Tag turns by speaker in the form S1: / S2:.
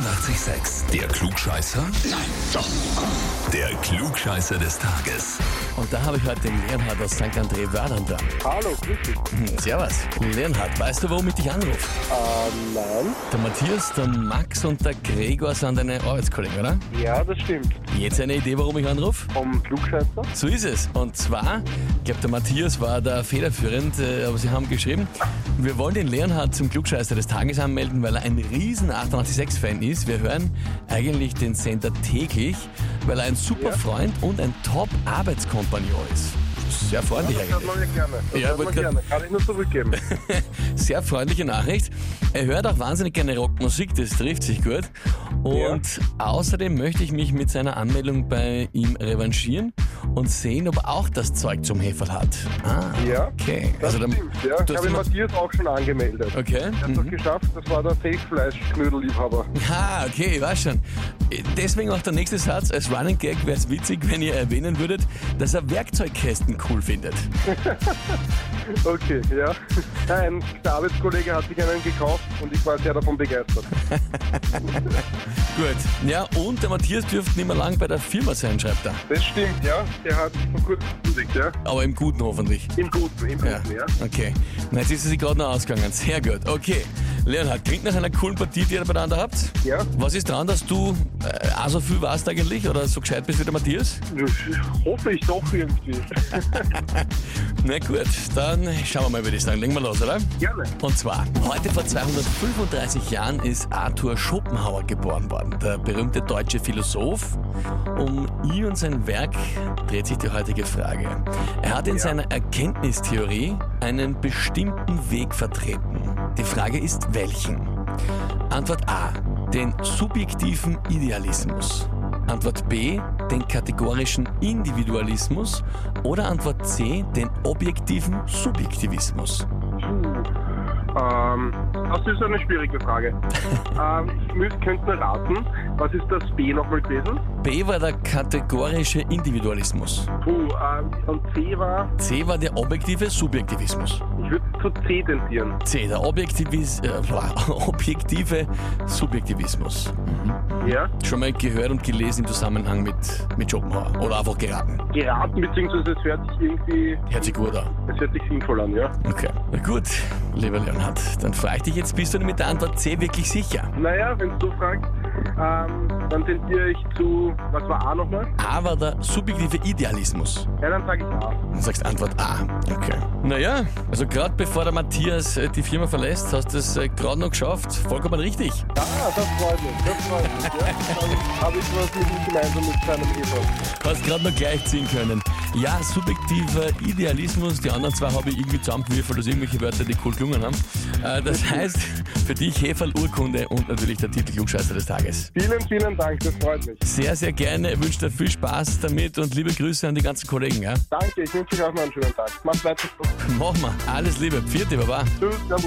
S1: 886, der Klugscheißer? Nein, doch. Der Klugscheißer des Tages.
S2: Und da habe ich heute den Leonhard aus St. André Wörnern dran.
S3: Hallo, grüß dich.
S1: Hm,
S2: Servus. Leonhard, weißt du, warum ich dich anrufe?
S3: Ähm, nein.
S2: Der Matthias, der Max und der Gregor sind deine Arbeitskollegen, oder?
S3: Ja, das stimmt.
S2: Jetzt eine Idee, warum ich anrufe?
S3: Vom Flugscheißer?
S2: So ist es. Und zwar, ich glaube, der Matthias war da federführend, äh, aber sie haben geschrieben, wir wollen den Leonhard zum Klugscheißer des Tages anmelden, weil er ein riesen 886-Fan ist. Wir hören eigentlich den Sender täglich, weil er ein super Freund und ein Top-Arbeitskompagnon ist. Sehr freundlich
S3: Das hört
S2: eigentlich.
S3: man ja gerne. Das
S2: Ja,
S3: hört man
S2: wollte grad-
S3: gerne. Kann ich nur zurückgeben.
S2: Sehr freundliche Nachricht. Er hört auch wahnsinnig gerne Rockmusik, das trifft sich gut. Und außerdem möchte ich mich mit seiner Anmeldung bei ihm revanchieren und sehen, ob er auch das Zeug zum Heferl hat. Ah,
S3: Ja,
S2: okay.
S3: Das
S2: dann-
S3: stimmt, ja.
S2: du
S3: Ich
S2: hast
S3: habe
S2: immer-
S3: Matthias auch schon angemeldet.
S2: Okay.
S3: Er hat das
S2: Mhm.
S3: geschafft, das war der Fleischknödel-Liebhaber.
S2: Ah, okay, ich weiß schon. Deswegen auch der nächste Satz. Als Running Gag wäre es witzig, wenn ihr erwähnen würdet, dass er Werkzeugkästen cool findet.
S3: Okay, ja. Nein, der Arbeitskollege hat sich einen gekauft und ich war sehr davon begeistert.
S2: Gut. Ja, und der Matthias dürfte nicht mehr lang bei der Firma sein, schreibt er.
S3: Das stimmt, ja. Der hat vor kurzem gekündigt, ja.
S2: Aber im Guten hoffentlich.
S3: Im Guten, im
S2: Ja.
S3: Guten, ja.
S2: Okay. Na, jetzt ist sie sich gerade noch ausgegangen. Sehr gut. Okay. Leonhard, klingt nach einer coolen Partie, die ihr beieinander habt.
S3: Ja.
S2: Was ist dran, dass du äh, auch so viel warst eigentlich oder so gescheit bist wie der Matthias?
S3: Hoffe ich doch irgendwie.
S2: Na gut, dann schauen wir mal, würde ich sagen. Legen wir los, oder?
S3: Gerne.
S2: Und zwar, heute vor 235 Jahren ist Arthur Schopenhauer geboren worden, der berühmte deutsche Philosoph. Um ihn und sein Werk dreht sich die heutige Frage. Er hat in seiner Erkenntnistheorie einen bestimmten Weg vertreten. Die Frage ist, welchen? Antwort A, den subjektiven Idealismus. Antwort B, den kategorischen Individualismus. Oder Antwort C, den objektiven Subjektivismus.
S3: Ähm, das ist eine schwierige Frage. ähm, ich müß, könnte raten, was ist das B nochmal gewesen?
S2: B war der kategorische Individualismus.
S3: Puh, ähm, und C war,
S2: C war der objektive Subjektivismus.
S3: ich würde zu C tendieren.
S2: C der Objektivis äh, objektive Subjektivismus.
S3: Ja?
S2: Schon mal gehört und gelesen im Zusammenhang mit, mit Schopenhauer. Oder einfach geraten.
S3: Geraten, beziehungsweise es hört sich irgendwie,
S2: Hört sich gut an.
S3: es hört sich sinnvoll an, ja?
S2: Okay. Na gut, lieber Leonhard, dann frage ich dich jetzt, bist du denn mit der Antwort C wirklich sicher?
S3: Naja, wenn du so fragst, ähm, dann tendiere ich zu, was war A nochmal?
S2: A war der subjektive Idealismus.
S3: Ja, dann sage ich A.
S2: Du sagst Antwort A. Okay. Naja, also gerade bevor der Matthias äh, die Firma verlässt, hast du es äh, gerade noch geschafft. Vollkommen richtig.
S3: Ah, das freut mich, das freut mich, ja? Dann habe ich was mit ihm gemeinsam mit seinem Eva.
S2: Hast gerade noch gleich ziehen können. Ja, subjektiver Idealismus. Die anderen zwei habe ich irgendwie zusammengewürfelt, also irgendwelche Wörter, die cool gelungen haben. Äh, das heißt, für dich Heferl Urkunde und natürlich der Titel Klugscheißer des Tages.
S3: Vielen, vielen Dank, das freut mich.
S2: Sehr, sehr gerne. Ich wünsche dir viel Spaß damit und liebe Grüße an die ganzen Kollegen. Ja?
S3: Danke, ich wünsche euch auch noch einen schönen Tag. Macht weiter so.
S2: Machen wir. Alles Liebe. Vierte, Baba.
S3: Tschüss, servus.